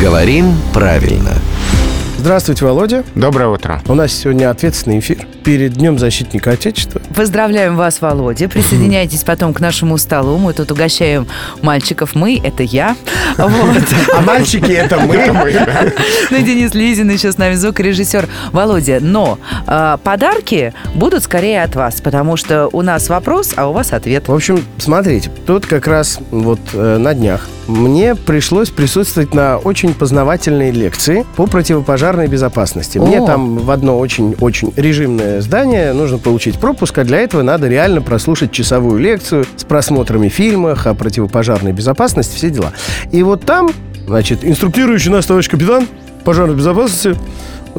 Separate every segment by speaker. Speaker 1: Говорим правильно.
Speaker 2: Здравствуйте, Володя.
Speaker 3: Доброе утро.
Speaker 2: У нас сегодня ответственный эфир перед Днем Защитника Отечества.
Speaker 4: Поздравляем вас, Володя. Присоединяйтесь потом к нашему столу. Мы тут угощаем мальчиков. Мы — это я. Вот.
Speaker 2: А мальчики это мы.
Speaker 4: Ну и Денис Лизин еще с нами, звукорежиссер Володя. Но э, подарки будут скорее от вас, потому что у нас вопрос, а у вас ответ.
Speaker 2: В общем, смотрите, тут как раз вот э, на днях мне пришлось присутствовать на очень познавательной лекции по противопожарной безопасности. Мне
Speaker 4: О.
Speaker 2: там в одно очень-очень режимное здание нужно получить пропуск, а для этого надо реально прослушать часовую лекцию с просмотрами фильмов о противопожарной безопасности, все дела. И вот там, значит, инструктирующий нас товарищ капитан пожарной безопасности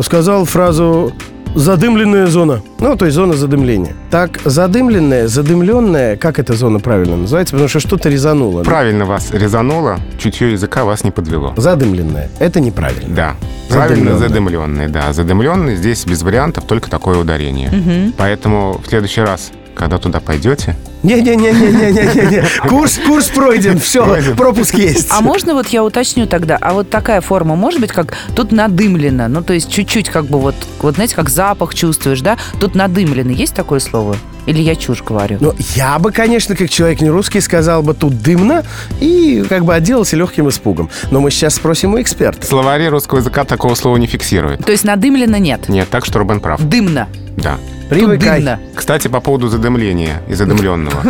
Speaker 2: сказал фразу «задымленная зона». Ну, то есть зона задымления. Так, задымленная, задымленная, как эта зона правильно называется? Потому что что-то резануло.
Speaker 3: Правильно вас резануло, чутье языка вас не подвело.
Speaker 2: Задымленная. Это неправильно.
Speaker 3: Да. Правильно
Speaker 2: Задымлённое.
Speaker 3: задымленный, да. Задымленный здесь без вариантов только такое ударение. Поэтому в следующий раз, когда туда пойдете,
Speaker 2: Не-не-не-не-не-не-не. Курс, курс пройден. Все,
Speaker 3: Пройден.
Speaker 2: пропуск есть.
Speaker 4: А можно вот я уточню тогда, а вот такая форма может быть как тут надымлено, ну то есть чуть-чуть как бы вот, вот знаете, как запах чувствуешь, да? Тут надымлено, есть такое слово? Или я чушь говорю?
Speaker 2: Но я бы, конечно, как человек не русский, сказал бы тут дымно и как бы отделался легким испугом. Но мы сейчас спросим у эксперта.
Speaker 3: словари русского языка такого слова не фиксируют.
Speaker 4: То есть надымлено нет,
Speaker 3: Нет, так что Рубен прав.
Speaker 4: дымно,
Speaker 3: Да.
Speaker 4: тут
Speaker 2: Привыкай.
Speaker 4: дымно.
Speaker 3: Кстати, по поводу задымления и задымленного.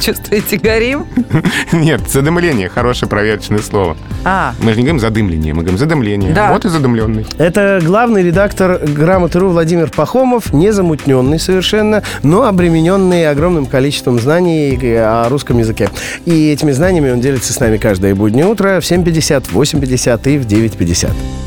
Speaker 4: Чувствуете, горим?
Speaker 3: Нет, задымление хорошее проверочное слово.
Speaker 4: А,
Speaker 3: Мы же не говорим задымление, мы говорим задымление.
Speaker 4: Да.
Speaker 3: Вот и задымленный.
Speaker 2: Это главный редактор «Грамоты.ру» Владимир Пахомов, не замутненный совершенно, но обремененный огромным количеством знаний э, о русском языке. И этими знаниями он делится с нами каждое буднее утро в 7.50, в 8.50 и в 9.50.